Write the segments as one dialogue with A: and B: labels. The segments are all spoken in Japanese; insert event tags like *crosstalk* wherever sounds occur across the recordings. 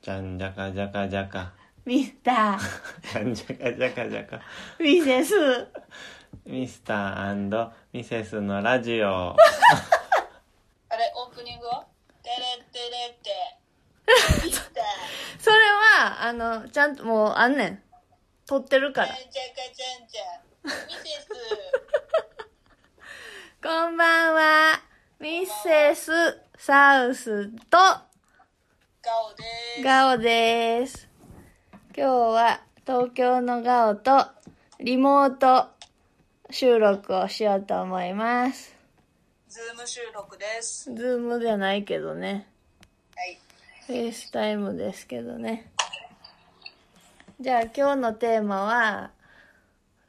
A: じゃんじゃかじゃかじゃ *laughs* か。
B: ミスター、
A: じゃんじゃかじゃかじゃか。
B: ミセ *laughs* ス。
A: ミスターミセスのラジオ。
C: あれオープニングはテレテレテ *laughs* ミスター
B: それは、あの、ちゃんと、もう、あんねん。撮ってるから。
C: じゃんじゃかじゃんじゃんミセス
B: こんばんは。ミセス、サウスと、
C: ガオです
B: ガオです。今日は、東京のガオと、リモート収録をしようと思います。
C: ズーム収録です
B: ズームじゃないけどね。
C: はい
B: フェイスタイムですけどね。じゃあ今日のテーマは、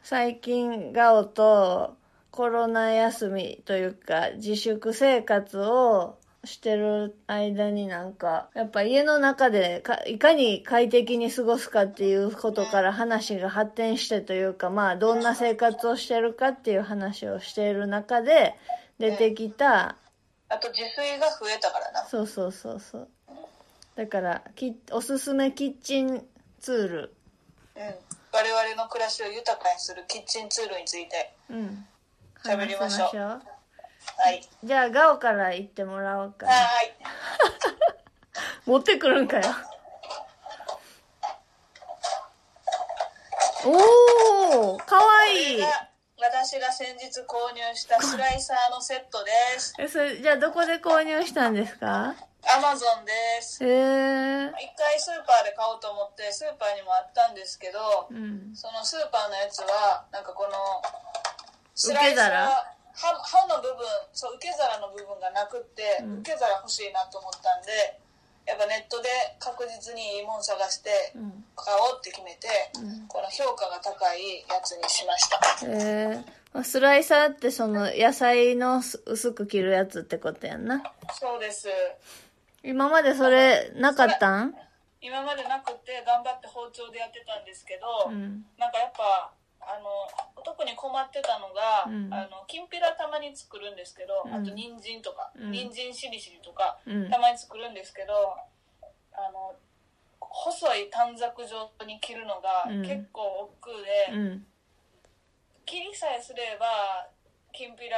B: 最近ガオとコロナ休みというか自粛生活をしてる間になんか、やっぱ家の中でかいかに快適に過ごすかっていうことから話が発展してというか、まあどんな生活をしてるかっていう話をしている中で出てきた、
C: あと自炊が増えたからな
B: そうそうそうそうだからキおすすめキッチンツール
C: うん我々の暮らしを豊かにするキッチンツールについて
B: うん
C: 喋りましょう
B: 話しまし
C: はい
B: ょうじゃあガオから言ってもらおうか
C: は
B: な
C: ーい
B: 持ってくるんか
C: *laughs*
B: よおおかわ
C: こ
B: いい
C: れが私が先日購入したスライサーのセットです
B: えそれじゃあどこで購入したんですか
C: アマゾンです
B: へえ
C: 一回スーパーで買おうと思ってスーパーにもあったんですけど
B: うん
C: そのスーパーのやつはなんかこのスライ
B: 受け
C: サー
B: 皿
C: 刃刃の部分そう受け皿の部分がなくって、
B: うん
C: 受け皿欲しいなと思ったんでやっぱネットで確実にいいもん探して
B: うん
C: 買おうって決めて、
B: うん
C: この評価が高いやつにしました
B: へえあスライサーってその野菜のす薄く切るやつってことやんな
C: そうです
B: 今までそれなかったん
C: 今までなくて頑張って包丁でやってたんですけど、
B: うん
C: なんかやっぱあの特に困ってたのが、
B: うん
C: あのきんぴらたまに作るんですけど、
B: うん
C: あと人参とか、
B: うん
C: 人参しりしりとか
B: うん
C: たまに作るんですけどあの細い短冊状に切るのが
B: うん
C: 結構億劫で、
B: うん
C: 切りさえすればきんぴら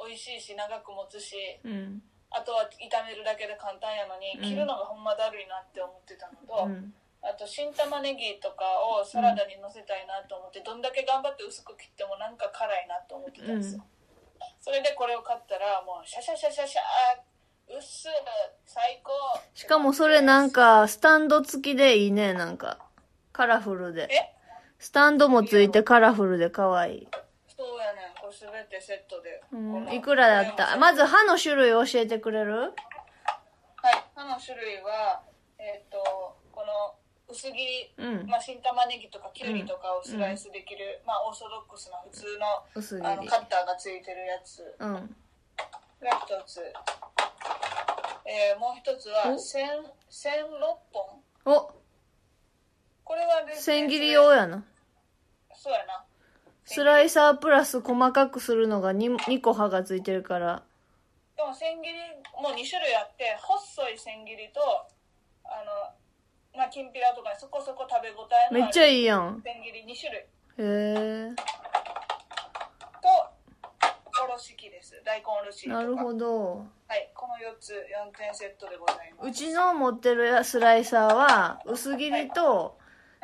C: 美味しいし長く持つし
B: うん
C: あとは炒めるだけで簡単やの
B: うん
C: に切るのがほんまだるいなって思ってたのと。
B: うん
C: あと新玉ねぎとかをサラダにのせたいなと思って、どんだけ頑張って薄く切ってもなんか辛いなと思ってたんですよ、それでこれを買ったらもうシャシャシャシャシャーうっすー最高
B: しかもそれなんかスタンド付きでいいねなんかカラフルで
C: え
B: スタンドもついてカラフルで可愛い、
C: そうやねんこれ全てセットで、
B: うん、
C: この
B: いくらだったま
C: ず
B: ず歯の種類教えてくれる
C: はい歯の種類はえっ、とこの薄切り
B: うん
C: まあ、新玉ねぎとかきゅうりとかをスライスできる、まあ、オーソドックスな普通の
B: 薄切
C: あの
B: り
C: カッターがついてるやつ
B: うん
C: が一つ、えーもう一つは
B: お
C: 千千六本
B: お
C: これはですね
B: 千切り用やな
C: それそうやな
B: スライサープラス細かくするのが 2, 2個歯がついてるから
C: でも千切りもう2種類あって細い千切りとあのまあきんぴらとかにそこそこ食べ応え
B: め
C: のあ
B: っ
C: る
B: ちゃいいやん
C: 千切り2種類
B: へえ
C: とおろし器です大根おろし器とか
B: なるほど
C: はいこの4つ4点セットでございます
B: うちの持ってるスライサーは薄切りと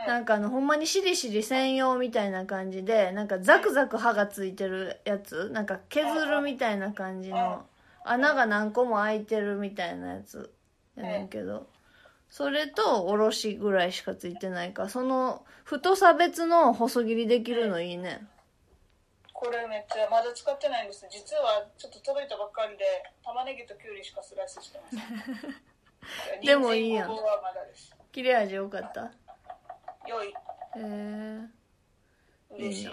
B: なんかあのほんまにしりしり専用みたいな感じでなんかザクザク歯がついてるやつなんか削るみたいな感じの穴が何個も開いてるみたいなやつやねんけどそれとおろしぐらいしかついてないからその太さ別の細切りできるのいいね
C: これめっちゃまだ使ってないんです実はちょっと届いたばっかりで玉ねぎときゅうりしかスライスしてま
B: *laughs*
C: す
B: でもいいやん
C: 人参ごぼうはまだです
B: 切れ味良かった
C: 良い
B: へえ
C: 嬉しい
B: いい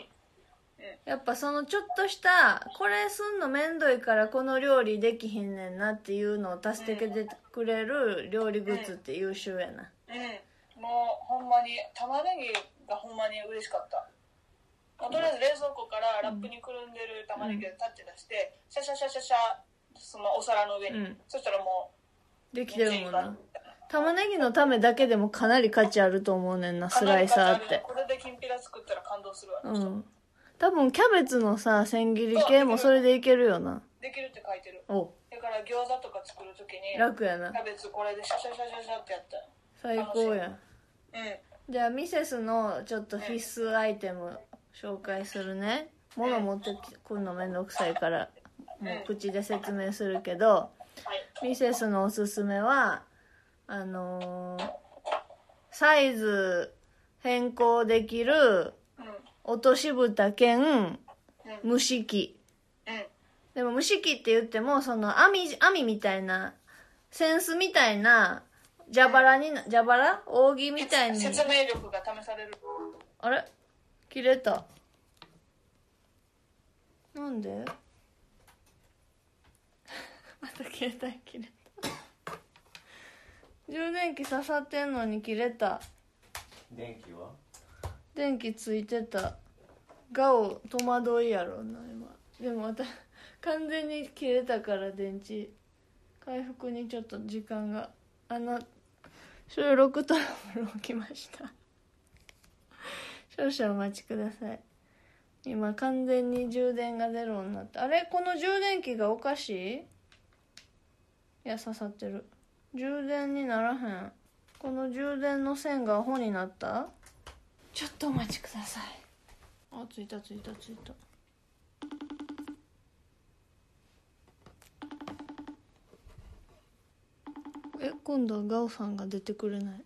B: やっぱそのちょっとしたこれすんのめんどいからこの料理できひんねんなっていうのを助けてくれる料理グッズって優秀やな
C: うんもうほんまに玉ねぎがほんまに嬉しかった、まあとりあえず冷蔵庫からラップにくるんでる玉ねぎを立って出して、シャシャシャシャシャそのお皿の上に、
B: うん
C: そしたらもう
B: できてるもんな
C: めっちゃいい感
B: 玉ねぎのためだけでもかなり価値あると思うねんな、スライサーって。
C: これできんぴら作ったら感動するわ、ね
B: うん。多分キャベツのさ、千切り系もそれでいけるよな。
C: できるって書いてる
B: お、
C: だから餃子とか作るときにキャ
B: 楽やな。
C: ベツこれでシャシャシャシャシャってやった
B: 最高やん。
C: のうん
B: じゃあミセスのちょっと必須アイテム紹介するね物持ってくるのめんどくさいからもう口で説明するけど
C: はい
B: ミセスのおすすめはあのーサイズ変更できる
C: うん
B: 落とし蓋兼
C: うん
B: 蒸し器
C: うん
B: でも蒸し器って言ってもその網網みたいなセンスみたいな蛇腹にな蛇腹扇みたいに
C: 説明力が試される
B: あれ切れた。なんで *laughs* また携帯切れた。充電器刺さってんのに切れた。
A: 電気は
B: 電気ついてた。ガオ、戸惑いやろな、今。でもまた、 *laughs* 完全に切れたから電池。回復にちょっと時間が。あの、収録トラブル起きました。 *laughs* 少々お待ちください。今完全に充電がゼロになった。あれこの充電器がおかしいいや、刺さってる。充電にならへん。この充電の線がアホになったちょっとお待ちください。あ、ついたついたついた。え、今度はガオさんが出てくれない。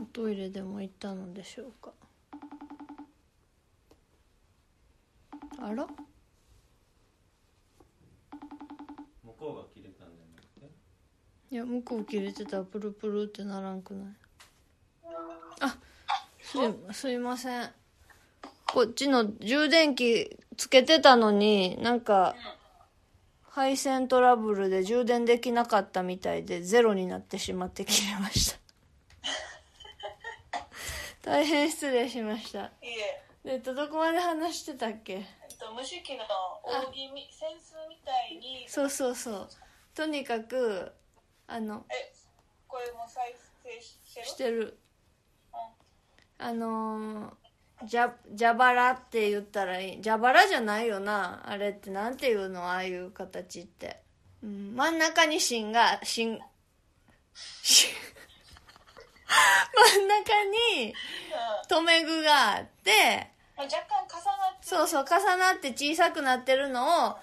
B: おトイレでも行ったのでしょうか。あら
A: 向こうが切れたんじゃなくて
B: いや、向こう切れてたらプルプルってならんくないあ、すい、すいません。こっちの充電器つけてたのに、なんか、配線トラブルで充電できなかったみたいで、ゼロになってしまって切れました。大変失礼しました。
C: いいえ
B: えっと、どこまで話してたっけ
C: えっと蒸し器の扇み扇子みたいに
B: そうそうそう。とにかく、あの、
C: えこれも再生してる
B: してる
C: うん
B: あのー、じゃ蛇腹って言ったらいい蛇腹じゃないよなあれってなんていうのああいう形って、うん、真ん中に芯が芯芯 *laughs* 真ん中に
C: う
B: 留め具があって
C: ん、若干重なって
B: そうそう重なって小さくなってるのを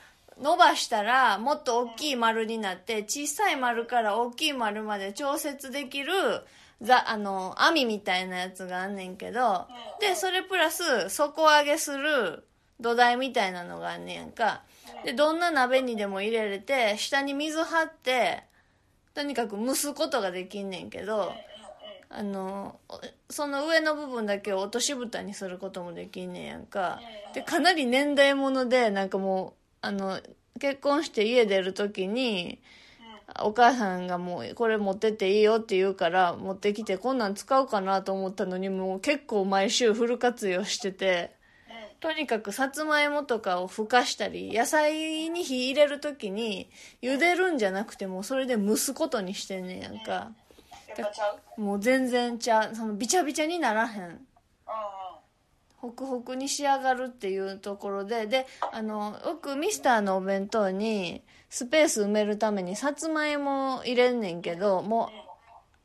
B: 伸ばしたらもっと大きい丸になって小さい丸から大きい丸まで調節できるざあの網みたいなやつがあんねんけどでそれプラス底上げする土台みたいなのがあんねやんかでどんな鍋にでも入れれて下に水張ってとにかく蒸すことができんねんけどあのおその上の部分だけを落とし蓋にすることもできんねんやんかでかなり年代物でなんかもうあの結婚して家出る時にお母さんがもうこれ持ってっていいよって言うから持ってきてこんなん使うかなと思ったのにもう結構毎週フル活用しててとにかくさつまいもとかをふかしたり野菜に火入れる時に茹でるんじゃなくてもうそれで蒸すことにしてんねんやんか
C: やっぱちゃう
B: もう全然ちゃうそのびちゃびちゃにならへん
C: う
B: ホクホクに仕上がるっていうところでであのよくミスターのお弁当にスペース埋めるためにさつまいも入れんねんけども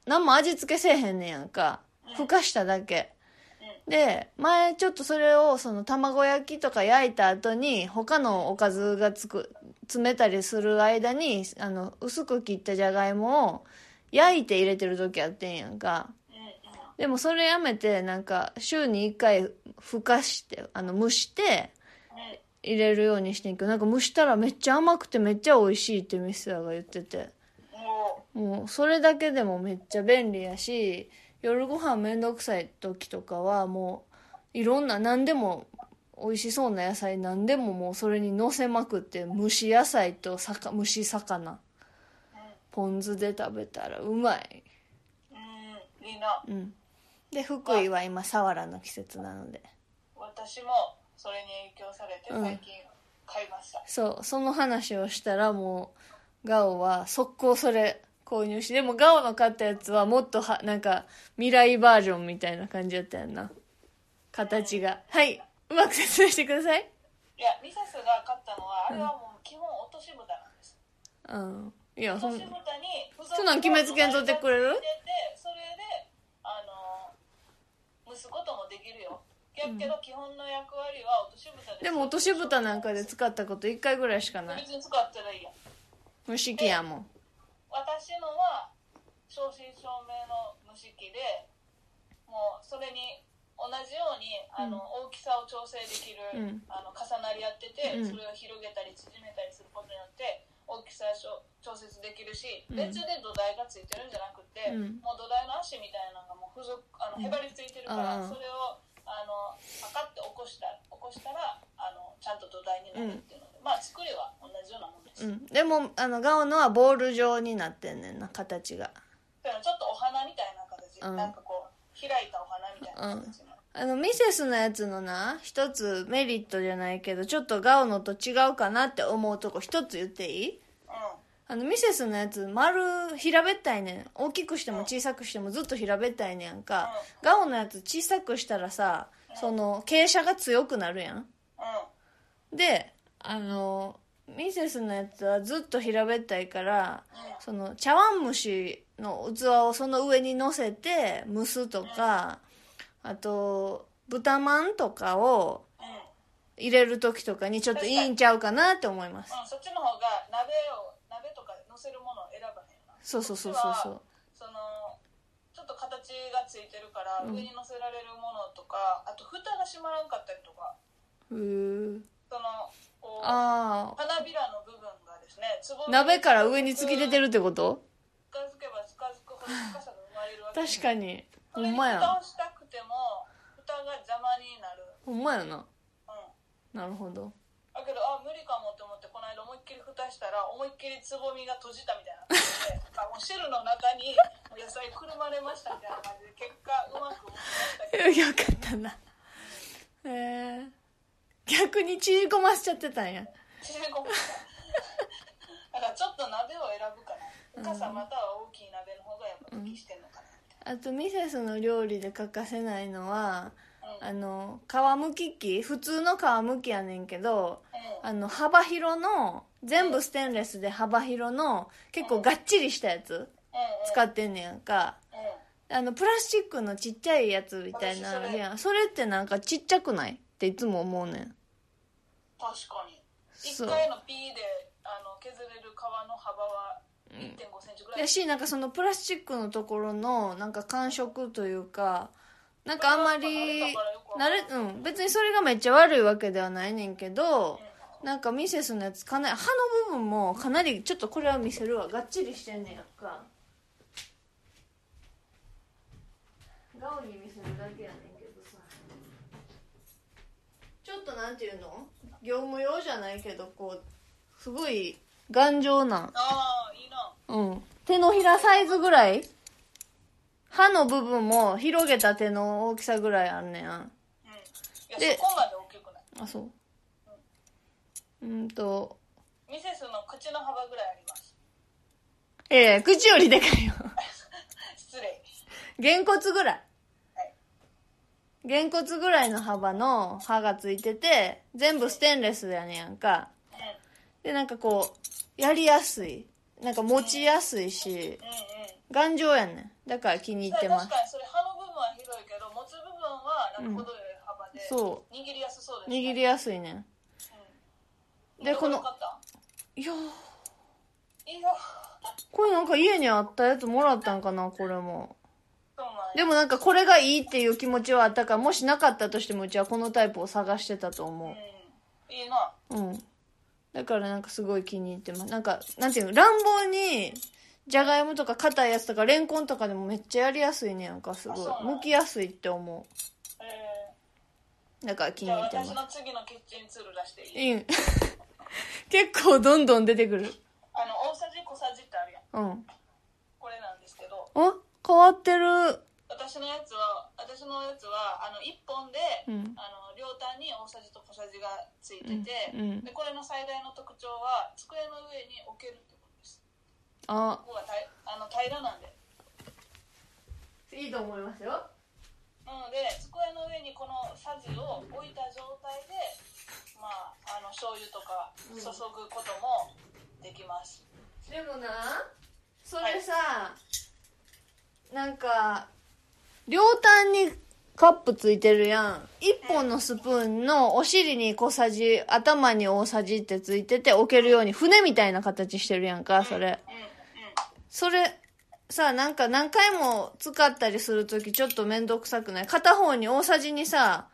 B: う何も味付けせえへんねんやんかふかしただけで前ちょっとそれをその卵焼きとか焼いた後に他のおかずがつく詰めたりする間にあの薄く切ったじゃがいもを焼いて入れてる時あってんやんか
C: んうんうん
B: でもそれやめてなんか週に1回ふかしてあの蒸して
C: うん
B: 入れるようにしてんけどなんか蒸したらめっちゃ甘くてめっちゃ美味しいってミスターが言ってて
C: も
B: もうそれだけでもめっちゃ便利やし夜ご飯めんどくさい時とかはもういろんな何でも美味しそうな野菜何でももうそれにのせまくって蒸し野菜とさか蒸し魚ポン酢で食べたらうまい。
C: ううんいいな
B: うん、で福井は今サワラの季節なので
C: 私もそれに影響されて
B: うん
C: 最近買いました、
B: そうその話をしたらもうガオは速攻それ購入しでもガオの買ったやつはもっとはなんか未来バージョンみたいな感じだったやんな形がはいうまく説明してください
C: いやミセスが買ったのはあれはもう基本落とし蓋なんです
B: うん *laughs* いやそ
C: 落
B: ん
C: とし蓋に付属
B: そんなん決めつけんとってくれる
C: 入てそれであの蒸すこともできるよやけど基本の役割は落とし蓋です
B: でも落とし蓋なんかで使ったこと1回ぐらいしかない
C: 別に使ったらいいやん
B: 無視機やもん
C: 私のは正真正銘の蒸し器でもうそれに同じようにあの、大きさを調整できる、
B: うん
C: あの重なり合ってて、
B: うん
C: それを広げたり縮めたりすることによって大きさを調節できるし、
B: うん
C: 別で土台がついてるんじゃなくて、
B: うん
C: もう土台の足みたいなのがもう付属あの
B: うん
C: へばりついてるから、
B: あー
C: それをあのパカッて起こした起こしたらあのちゃんと土台になるっていうので、まあ作りは同じようなもんです。
B: うん、でもあのガオのはボール状になってんねんな形が
C: だからちょっとお花みたいな形、
B: うん
C: なんかこう開いたお花みたいな形の、
B: あのミセスのやつのな一つメリットじゃないけどちょっとガオのと違うかなって思うとこ一つ言っていい
C: うん
B: あのミセスのやつ丸平べったいねん大きくしても小さくしてもずっと平べったいねやんかガオのやつ小さくしたらさその傾斜が強くなるやん
C: うん
B: であのミセスのやつはずっと平べったいからその茶碗蒸しの器をその上に乗せて蒸すとかあと豚まんとかを
C: うんうん
B: 入れる時とかにちょっといいんちゃうかなって思います
C: うんそっちの方が鍋を鍋とか乗せるものを選ばへんな
B: そうそうそうそうそう
C: そのちょっと形がついてるから
B: うん
C: 上に乗せられるものとか、あと蓋が閉まらんかったりとか
B: へー
C: そのこう
B: あ
C: 花びらの部分がですねつ
B: あ
C: ぼ
B: 鍋から上に突き出てるっ
C: る
B: てこと
C: 近づけば近づくほど深さが生まれるわけ
B: 確かに
C: にそ
B: ほん
C: れに
B: ま
C: 蓋
B: や
C: をしたくても蓋が邪魔になる
B: ほんまやな
C: うん
B: なる *laughs* ほど
C: だけどあ無理かもって思ってこの間思いっきり蓋したら思いっきりつぼみが閉じたみたいな感じであもう汁の中にもう野菜くるまれましたみたいな感じで結果うまく持ってましたけど
B: えよかったなへえ逆に縮こませちゃってたんや
C: 縮こまっただからちょっと鍋を選ぶかな深さまたは大きい鍋の方がやっぱ適してんのかなみ
B: あとミセスの料理で欠かせないのは
C: たいな、うん
B: あの皮むき器普通の皮むきやねんけど
C: うん
B: あの幅広の全部ステンレスで幅広の結構がっちりしたやつ
C: うん
B: 使ってんねやんか
C: うんうん
B: あのプラスチックのちっちゃいやつみたいなのあるやんそれってなんかちっちゃくないっていつも思うねん
C: 確かに一
B: そう
C: 回のピーであの削れる皮の幅は1 5センチぐらい、
B: やしなんかそのプラスチックのところのなんか感触というかなんかあんまり
C: 慣
B: 慣
C: れ
B: れ
C: たか
B: うん別にそれがめっちゃ悪いわけではないねんけどなんかミセスのやつかなり歯の部分もかなりちょっとこれは見せるわがっちりしてんねやんかガオに見せるだけやねんけどさちょっとなんていうの業務用じゃないけどこうすごい頑丈な
C: ああいいな
B: うん手のひらサイズぐらい歯の部分も広げた手の大きさぐらいあんねん
C: うんいや
B: で
C: そこまで大きくない
B: あそううんと
C: ミセスの口の幅ぐらいあります
B: ええ口よりでかいよ
C: 失礼
B: げんこつぐらい
C: はい
B: げんこつぐらいの幅の歯がついてて全部ステンレスやねやんか
C: うん
B: でなんかこうやりやすいなんか持ちやすいし
C: うんうん
B: 頑丈やねんだから気に入ってます
C: 確かにそれ歯の部分は広いけど持つ部分はなんか程よい幅で、
B: そ
C: 握りやすそうです、ね、
B: 握りやすいね
C: うん
B: でこの
C: よかった
B: んいやー
C: いいよ
B: これなんか家にあったやつもらったんかなこれも
C: そうなんや
B: でもなんかこれがいいっていう気持ちはあったからもしなかったとしてもうちはこのタイプを探してたと思う
C: うんいいな
B: うん。だからなんかすごい気に入ってます。なんか、なんていうの、乱暴に、じゃがいもとか硬いやつとか、レンコンとかでもめっちゃやりやすいねやんか、すごい
C: あそうな。の
B: 剥きやすいって思
C: え
B: う。だから
C: ー、
B: 気
C: じ
B: に
C: ゃ
B: 入
C: あ
B: ってま
C: 私
B: す。
C: の次のキッチンツール出していい
B: いいん。 *laughs* 結構どんどん出てくる。
C: あの大さじ小さじってあるやん
B: うん。
C: これなんですけど
B: あ変わってる。
C: 私のやつは私のやつはあの1本で、
B: うん
C: あの両端に大さじと小さじがついてて、
B: うんうん
C: でこれの最大の特徴は机の上に置けるってことです
B: あ
C: ここがたいあの平らなんで。
B: いいと思いますよ
C: なので机の上にこのサジを置いた状態で、まあ、あの醤油とか
B: うん
C: 注ぐこともできます、
B: でもなそれさ、なんか両端にカップついてるやん一本のスプーンのお尻に小さじ頭に大さじってついてて置けるように船みたいな形してるやんかそれ
C: うんうん、
B: それさなんか何回も使ったりする時ちょっと面倒くさくない片方に大さじにさ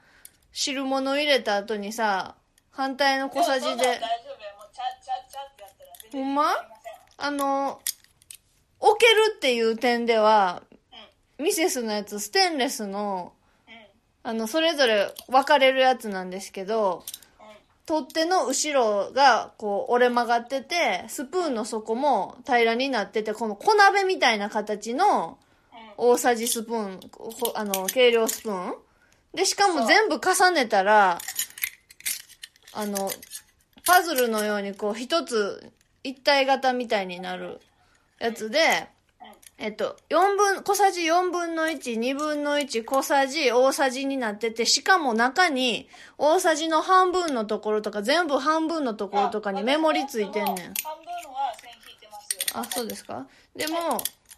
B: 汁物入れた後にさ反対の小さじ
C: もそんな
B: で
C: ん大丈夫やもうチャッチャッチャッってやったら全然
B: ほんま
C: できません
B: あの、置けるっていう点では、ミセスのやつ、ステンレスの、あの、それぞれ分かれるやつなんですけど、
C: うんうん
B: 取っ手の後ろが、こう、折れ曲がってて、スプーンの底も平らになってて、この小鍋みたいな形の
C: うん
B: 大さじスプーン、こあの、計量スプーンで、しかも全部重ねたら、あの、パズルのようにこう一つ一体型みたいになるやつで、えっと、4分、小さじ4分の1、2分の1、小さじ、大さじになってて、しかも中に、大さじの半分のところとか、全部半分のところとかにメモリついてんねん。
C: 半分は線引いてますよ
B: あ、そうですかでも、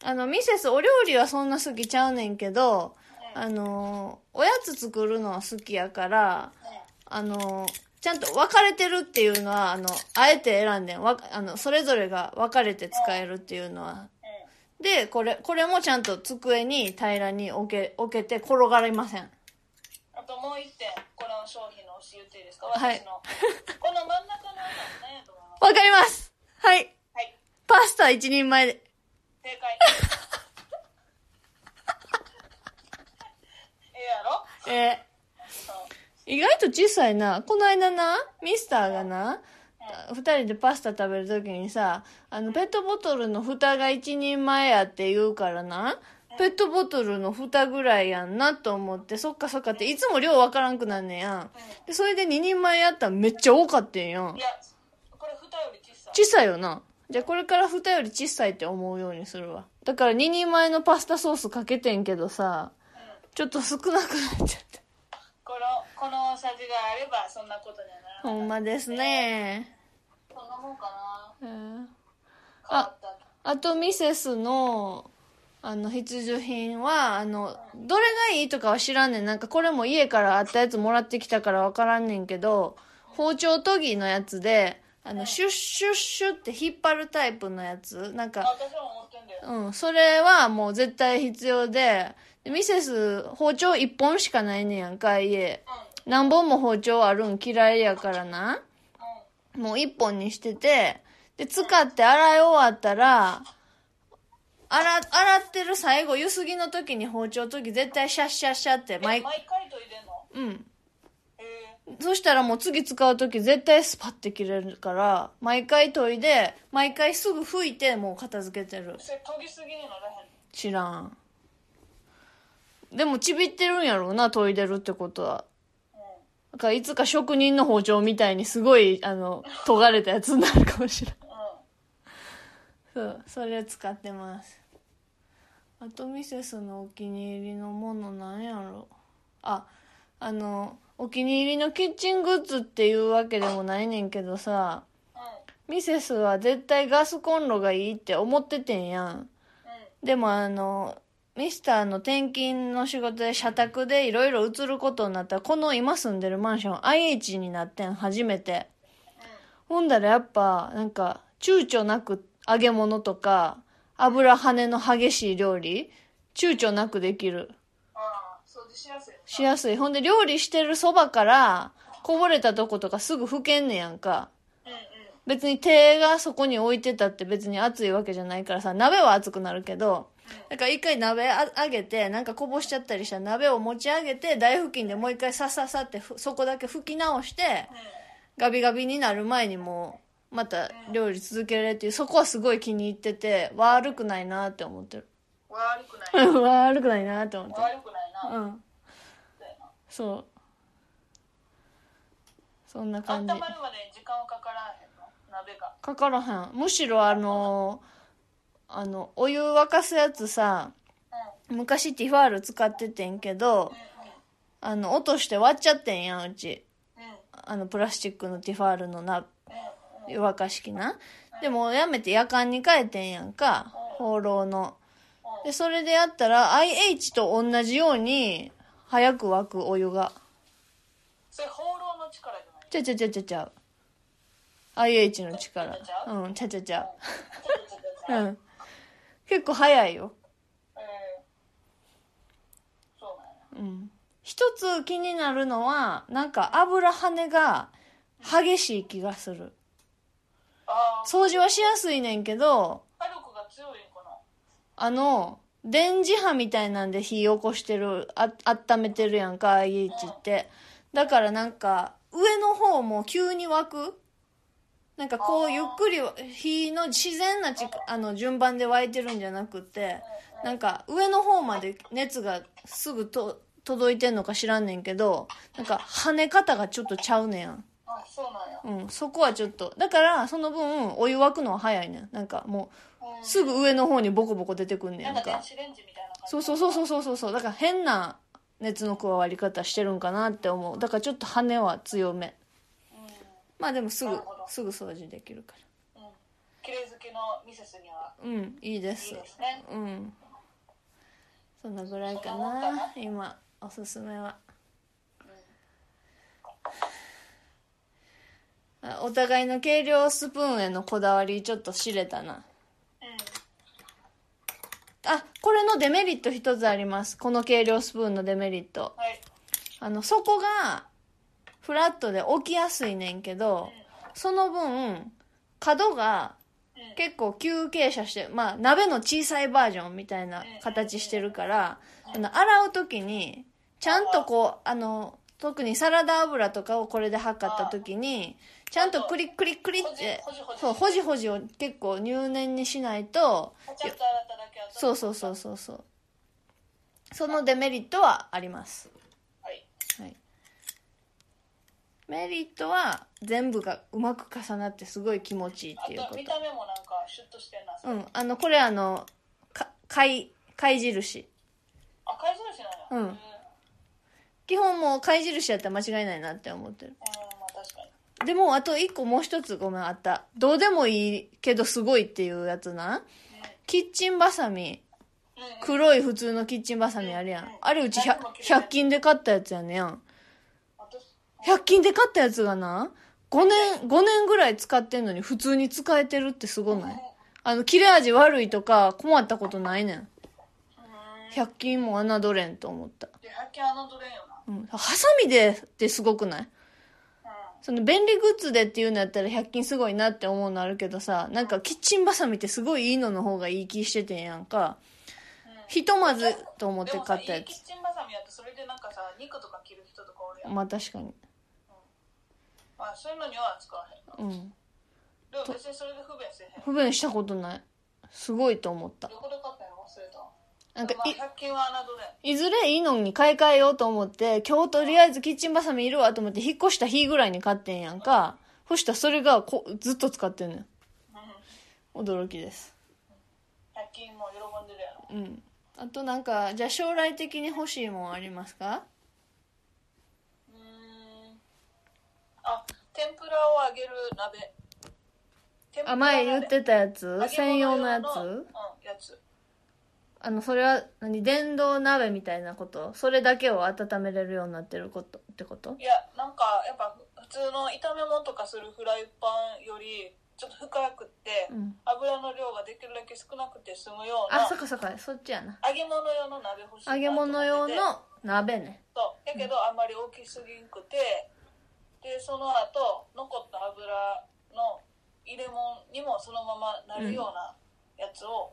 B: あの、ミセス、お料理はそんな好きちゃうねんけど、
C: うん
B: あのー、おやつ作るのは好きやから、
C: うん
B: あのー、ちゃんと分かれてるっていうのは、あの、あえて選んでん。わかあの、それぞれが分かれて使えるっていうのは。
C: うん
B: で、これ、これもちゃんと机に平らに置け、置けて転がりません。
C: あともう一点この商品の推し言っていいですか
B: はい
C: 私の、 *laughs* この真ん中の穴何やと思います
B: わかりますはい。
C: はい
B: パスタ一人前で。
C: 正解
B: *laughs*
C: ええやろ
B: え
C: そう
B: ー意外と小さいな。この間な、ミスターがな、二人でパスタ食べるときにさ、あの、ペットボトルの蓋が一人前やって言うからな、ペットボトルの蓋ぐらいやんなと思って、そっかそっかって、いつも量わからんくなんねやん。で、それで二人前やったらめっちゃ多かったんやん
C: い。や、これ蓋より小さい。
B: 小さいよな。じゃあこれから蓋より小さいって思うようにするわ。だから2人前のパスタソースかけてんけどさ、
C: うん
B: ちょっと少なくなっちゃって。
C: この、このおさじがあれば、そんなことにはならない。
B: ほんまですね。
C: そんなもんか
B: え
C: な。
B: ー
C: 変わった。
B: あとミセスの、あの、必需品は、あの、どれがいいとかは知らんねん。なんかこれも家からあったやつもらってきたからわからんねんけど、包丁研ぎのやつで、あの、シュッシュッシュって引っ張るタイプのやつ。なんか、
C: あ私も持ってんだよ。
B: うん、それはもう絶対必要で、でミセス包丁一本しかないねんやんか、家。
C: うん、
B: 何本も包丁あるん嫌いやからな。
C: うん、
B: もう一本にしてて、で、使って洗い終わったら、洗、洗ってる最後、ゆすぎの時に包丁の時絶対シャッシャッシャッって毎、
C: 毎毎回と入れんの
B: うん。
C: ええ
B: そしたらもう次使う時絶対スパッて切れるから、毎回研いで、毎回すぐ拭いてもう片付けてる。
C: それ研ぎすぎにならへん。
B: 知らんでもちびってるんやろうな研いでるってことは
C: うん。
B: だからいつか職人の包丁みたいにすごいあの尖れたやつになるかもしれない
C: うん。
B: *laughs* そうそれ使ってますあとミセスのお気に入りのものなんやろああのお気に入りのキッチングッズっていうわけでもないねんけどさ
C: う
B: ミセスは絶対ガスコンロがいいって思っててんやん
C: ん。うん。
B: でもあのミスターの転勤の仕事で社宅でいろいろ移ることになったらこの今住んでるマンション IH になってん初めてほんだらやっぱなんか躊躇なく揚げ物とか油跳ねの激しい料理躊躇なくできる
C: ああ、掃除しやすいよな。
B: しやすいほんで料理してるそばからこぼれたとことかすぐ拭けんねやんか
C: うん、うん。
B: 別に手がそこに置いてたって別に熱いわけじゃないからさ鍋は熱くなるけどだから一回鍋あ上げてなんかこぼしちゃったりしたら鍋を持ち上げて台布巾でもう一回さささってふそこだけ拭き直して
C: うん。
B: ガビガビになる前にもうまた料理続けられるっていうそこはすごい気に入ってて悪くないなって思ってる *laughs*
C: 悪くない。
B: 悪くないなって思ってる
C: 悪くないな。
B: うん
C: みたいな
B: そうそんな
C: 温
B: 感じ
C: まるまでに時間はかからへんの。鍋が。
B: かからへんむしろあのあのお湯沸かすやつさ昔ティファール使っててんけどあの落として割っちゃってんやんうちあのプラスチックのティファールのな湯沸かし器なでもやめて夜間に変えてんやんか放浪のでそれでやったら IH と同じように早く沸くお湯が
C: それ放浪の力じゃない
B: ちゃちゃちゃちゃちゃう IH の力
C: ちゃちゃちゃ
B: うんちゃちゃちゃ
C: ちょっとちょっとち
B: う
C: ょっと
B: ん結構早いよ
C: えーそうなんや
B: うん一つ気になるのはなんか油跳ねが激しい気がする
C: あー
B: 掃除はしやすいねんけど
C: 火力が強いんかな
B: あの電磁波みたいなんで火起こしてるあ温めてるやんか IH ってだからなんか上の方も急に沸くなんかこうゆっくり火の自然なちあの順番で沸いてるんじゃなくてなんか上の方まで熱がすぐと届いてんのか知らんねんけどなんか跳ね方がちょっとちゃうねやん
C: あそうなんや
B: うんそこはちょっとだからその分お湯沸くのは早いねんなんかも
C: うん
B: うすぐ上の方にボコボコ出てくんねや
C: なんん
B: か
C: か電子レンジみたいな感じ
B: そうそうそうそうそうそうそうだから変な熱の加わり方してるんかなって思うだからちょっと羽は強め
C: うんうん
B: まあでもすぐ
C: なるほど
B: すぐ掃除できるか
C: 綺麗好きのミセスには
B: らうんいいで
C: いい
B: す
C: ですね
B: うんそんなぐらいか
C: そんなもんか
B: な
C: な
B: 今おすすめはあお互いの計量スプーンへのこだわりちょっと知れたな
C: うん
B: あこれのデメリット一つありますこの計量スプーンのデメリット
C: はい
B: あの底がフラットで起きやすいねんけどその分角が
C: うん
B: 結構急傾斜してまあ鍋の小さいバージョンみたいな形してるからあの洗う時にちゃんとこうあの特にサラダ油とかをこれで測った時にちゃんとクリックリックリって
C: ほじほじ
B: そうほじほじを結構入念にしないと
C: パチャッと洗っただけ
B: そうそうそうそうそうそのデメリットはあります
C: はい
B: はい、メリットは全部がうまく重なってすごい気持ちいいっていう
C: あと
B: こ
C: 見た目もなんかシュッとしてんな
B: とうんあのこれあのか貝貝印
C: 赤い印なんや
B: うん
C: うん
B: 基本もう貝印やったら間違いないなって思ってる
C: まあ確かに
B: でもあと一個もう一つごめんあったどうでもいいけどすごいっていうやつなキッチンバサミ
C: うんうん
B: 黒い普通のキッチンバサミあるやんあれうち 100, 100均で買ったやつやねん
C: 私
B: 100均で買ったやつがな5年5年ぐらい使ってんのに普通に使えてるってすごないあの切れ味悪いとか困ったことないねん
C: うん
B: 100均も侮れんと思った、
C: で百均侮れんよな
B: うん、ハサミでってすごくない
C: うん
B: その便利グッズでっていうのやったら100均すごいなって思うのあるけどさなんかキッチンバサミってすごいいいのの方がいい気しててんやんか
C: うん
B: ひとまずと思って
C: でも
B: 買っ
C: さいい
B: たや
C: キ
B: つ
C: ッチンバサミやとそれでなんかさ肉とか切る人とかおるやん
B: まあ確かに
C: まあそういうのには使わへん
B: うん
C: でも別にそれで不便せえへん
B: 不便したことないすごいと思った
C: どこで買ったんやろ忘れた
B: なんか
C: ま
B: い
C: あ、100均は侮れん
B: いずれいいのに買い替えようと思って、今日とりあえずキッチンバサミいるわと思って、引っ越した日ぐらいに買ってんやんか。そしたらそれがこずっと使ってんのよ。驚きです。
C: 100均も喜んでるやろ
B: うん。あとなんか、じゃあ将来的に欲しいもんありますか
C: うーんあ天ぷらを揚げる鍋天ぷら
B: あ、前言ってたやつ
C: 揚げ
B: 専用
C: 物
B: のや
C: うん
B: つ
C: やつ
B: あの、それは何、電動鍋みたいなことそれだけを温めれるようになってることってこと
C: いやなんかやっぱ普通の炒め物とかするフライパンよりちょっと深くって、
B: うん。
C: 油の量ができるだけ少なくて済むよう
B: あ、
C: な
B: そっかそっか、そっちやな。
C: 揚げ物用の鍋欲しいな
B: 揚げ物
C: と思っ
B: 用
C: て
B: の
C: て
B: 鍋ね。
C: そうやけどあんまり大きすぎんくてでその後残った油の入れ物にもそのままなるようなやつを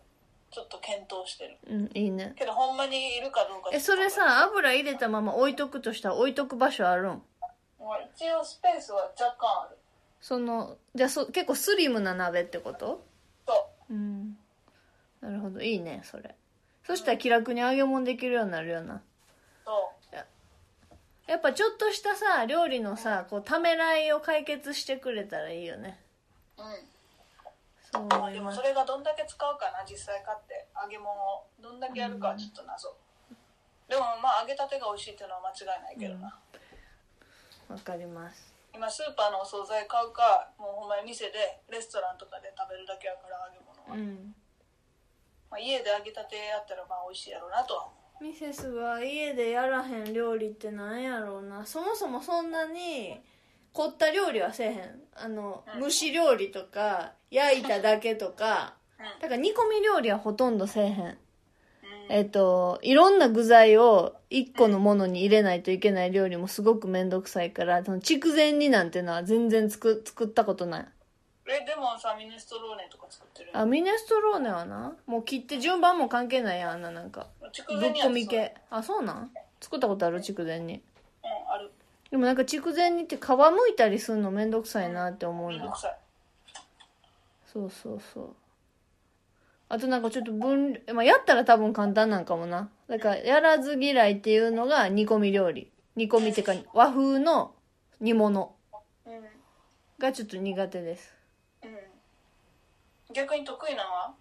C: ちょっと検討してる、
B: うん、いいね。
C: けどほんまにいるかどうか
B: えそれさ油入れたまま置いとくとしたら置いとく場所あるん
C: まあ一応スペースは若干ある
B: そのじゃあそ結構スリムな鍋ってこと
C: と
B: うんなるほどいいねそれそしたら気楽に揚げ物できるようになるよな
C: と
B: やっぱちょっとしたさ料理のさこうためらいを解決してくれたらいいよね
C: うん
B: と思い
C: でも
B: ま
C: そ
B: す
C: れがどんだけ使うかな実際買って揚げ物をどんだけやるかはちょっと謎、でもまあ揚げたてが美味しいっていうのは間違いないけどな、
B: わかります
C: 今スーパーのお惣菜買うかもうほんまに店でレストランとかで食べるだけやから揚げ物
B: う
C: は、
B: ん
C: まあ、家で揚げたてやったらまあ美味しいやろうなとは思う
B: ミセスが家でやらへん料理ってなんやろうなそもそもそんなに凝った料理はせえへんあの
C: うん
B: 蒸し料理とか焼いただけとかだから煮込み料理はほとんどせえへん
C: うん、
B: えっといろんな具材を一個のものに入れないといけない料理もすごく面倒くさいからその筑前煮なんてのは全然つく作ったことない
C: えでもさミネストローネとか作ってる
B: あミネストローネはなもう切って順番も関係ないやんあんななんかぶ
C: 筑
B: っ
C: 前に
B: こみ系あそうなん作ったことある筑前煮
C: うんある
B: でもなんか筑前煮って皮むいたりするのめんどくさいなって思う
C: めんど
B: の
C: くさい
B: そうそうそうあとなんかちょっと分量、まあ、やったら多分簡単なんかもなだからやらず嫌いっていうのが煮込み料理煮込みっていうか和風の煮物
C: うん、うん、
B: がちょっと苦手です
C: 逆に得意なのは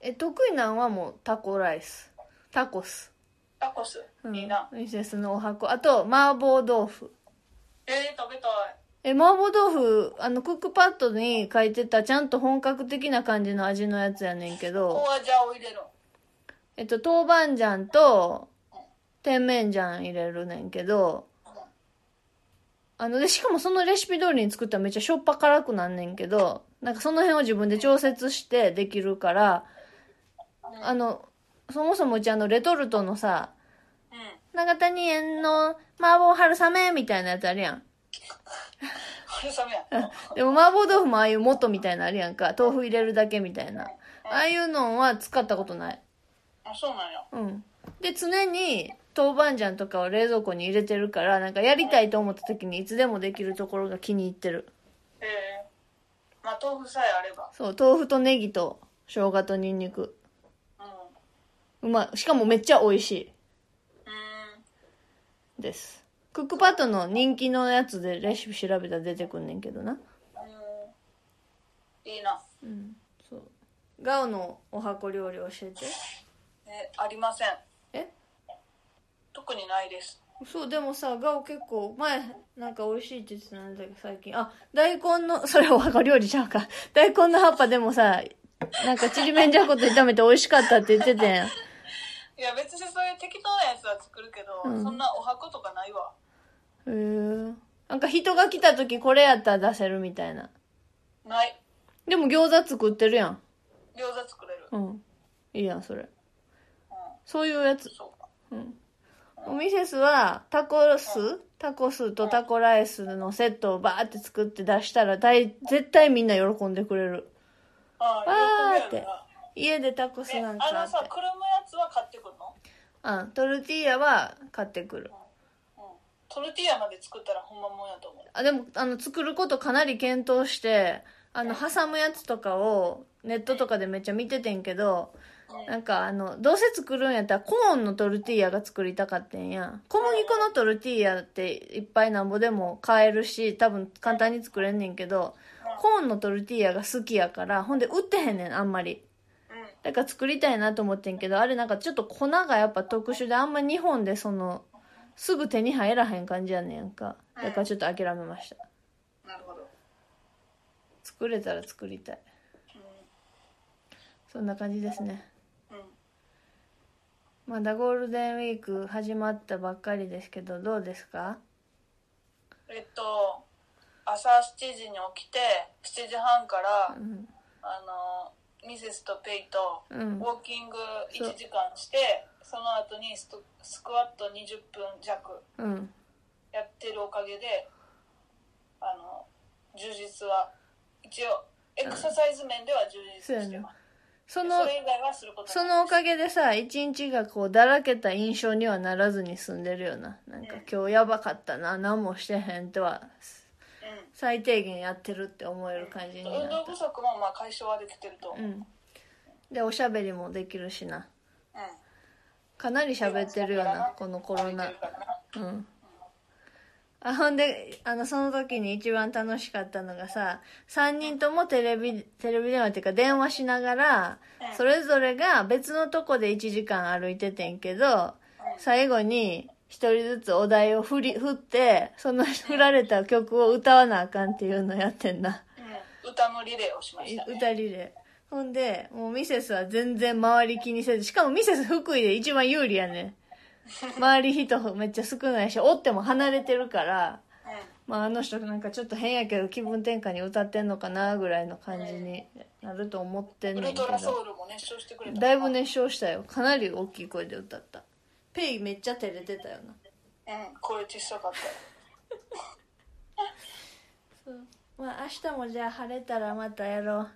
B: え得意なんはもうタコライスタコス、
C: タコス、
B: うん、
C: いいな
B: ミセスのお箱あと麻婆豆腐
C: えー、食べたい
B: え麻婆豆腐あのクックパッドに書いてたちゃんと本格的な感じの味のやつやねんけど
C: ホアジャオ入れる
B: えっと、豆板醤と、甜麺醤入れるねんけど、あの、で、しかもそのレシピ通りに作ったらめっちゃしょっぱ辛くなんねんけど、なんかその辺を自分で調節してできるから、あの、そもそもうちあの、レトルトのさ、
C: うん
B: 長谷園の麻婆春雨みたいなやつあるやん。
C: 春雨やん
B: でも麻婆豆腐もああいう元みたいなのあるやんか。豆腐入れるだけみたいな。ああいうのは使ったことない。
C: あそうなんや
B: うん。で、常に豆板醤とかを冷蔵庫に入れてるから、なんかやりたいと思った時にいつでもできるところが気に入ってる。
C: へえまあ豆腐さえあれば
B: そう、豆腐とネギと生姜とニンニク。
C: うんう
B: うまい。しかもめっちゃ美味し
C: ーん
B: いです。クックパッドの人気のやつでレシピ調べたら出てくんねんけどな。
C: うんいいな
B: うん。そう。ガオのお箱料理教えて。
C: えありません
B: え
C: 特にないです
B: そう、でもさ、ガオ結構前、なんか美味しいって言ってたんだけど、最近。あ、大根の、 *laughs* それお墓料理ちゃうか。大根の葉っぱでもさ、なんかちりめんじゃこと炒めて美味しかったって言ってたやん。
C: いや別にそういう適当なやつは作るけど、
B: うん
C: そんなお箱とかないわ
B: へーなんか人が来た時これやったら出せるみたいな。
C: ない
B: でも餃子作ってるやん。
C: 餃子作れる
B: うん。いいやん、それ。
C: う
B: そういうやつ
C: ん。そうか
B: おミセスはタコスタコスとタコライスのセットをバーって作って出したら大、絶対みんな喜んでくれる。
C: あ
B: わ
C: あ
B: ーって
C: 喜ぶやろな
B: 家でタコス
C: え
B: なんか
C: あ
B: あ
C: の
B: って
C: さ。くるむやつは買ってくんの
B: うん、トルティーヤは買ってくる。
C: うんトルティーヤまで作ったらほんまもんやと思う
B: あ、でも、あの、作ることかなり検討して、あの、挟むやつとかを、ネットとかでめっちゃ見ててんけど、なんかあの、どうせ作るんやったらコーンのトルティーヤが作りたかってんや。小麦粉のトルティーヤっていっぱいなんぼでも買えるし、多分簡単に作れんねんけど、コーンのトルティーヤが好きやから、ほんで売ってへんねん、あんまり。
C: うん
B: だから作りたいなと思ってんけどあれなんかちょっと粉がやっぱ特殊であんま日本でそのすぐ手に入らへん感じやねんやんかだからちょっと諦めました
C: なるほど
B: 作れたら作りたいそんな感じですね
C: うん、うん
B: まだゴールデンウィーク始まったばっかりですけどどうですか
C: えっと朝7時に起きて7時半から、
B: ん
C: あのミセスとペイとウ
B: うん
C: ォーキング1時間して、その後にストスクワット20分弱
B: うん
C: やってるおかげであの充実は一応エクササイズ面では充実してます、
B: そ
C: そ
B: の
C: れ以外はすること
B: そのおかげでさ一日がこうだらけた印象にはならずに済んでるよななんか今日やばかったな何もしてへんとは最低限やってるって思える感じに
C: うん、運
B: な
C: 動
B: った
C: 不足もまあ解消はできてると思う、
B: うん、でおしゃべりもできるしな
C: うん
B: かなり喋ってるよ
C: でも
B: なこのコロ
C: 歩い
B: ナ
C: てるからな
B: うんあほんであのその時に一番楽しかったのがさ3人ともテレビテレビ電話っていうか電話しながらそれぞれが別のとこで1時間歩いててんけど最後に一人ずつお題を振り振ってその振られた曲を歌わなあかんっていうのやってんな
C: うん、歌のリレーをしました、ね、
B: 歌リレーほんでもうミセスは全然周り気にせずしかもミセス福井で一番有利やねん周り人めっちゃ少ないしおっても離れてるから、まあ、あの人なんかちょっと変やけど気分転換に歌ってんのかなぐらいの感じになると思ってん
C: うん、ウ
B: ねん
C: ル
B: けど
C: トラソウルも熱唱してくれた
B: だいぶ、熱唱したよかなり大きい声で歌ったペイめっちゃ照れてたよな
C: うん、声小さかった
B: まあ明日もじゃあ晴れたらまたやろう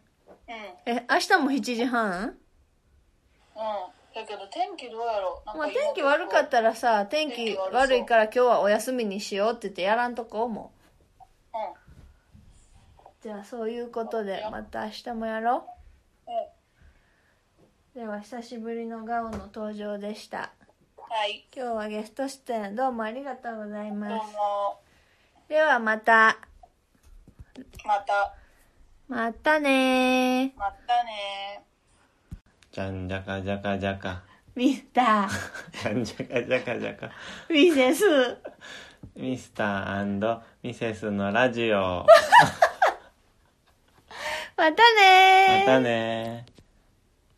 C: うん、うん、
B: え明日も7時半
C: だけど天気どうやろうなん
B: まあ
C: か今
B: 天気悪かったらさ天
C: 天
B: 気
C: 気悪そう
B: 悪いから今日はお休みにしようって言ってやらんとこも
C: う
B: じゃあそういうことでまた明日もやろ
C: ん、うん、
B: うでは久しぶりのガオの登場でした
C: はい
B: 今日はゲスト出演どうもありがとうござい
C: どう
B: ます
C: も
B: ではまた
C: また
B: またねー
C: またね
A: じゃんじゃかじゃかじゃか。
B: ミス *laughs* ター
A: じゃんじゃかじゃかじゃか。
B: ミセス
A: ミスターミセスのラジオ。
B: またねー
A: またねー。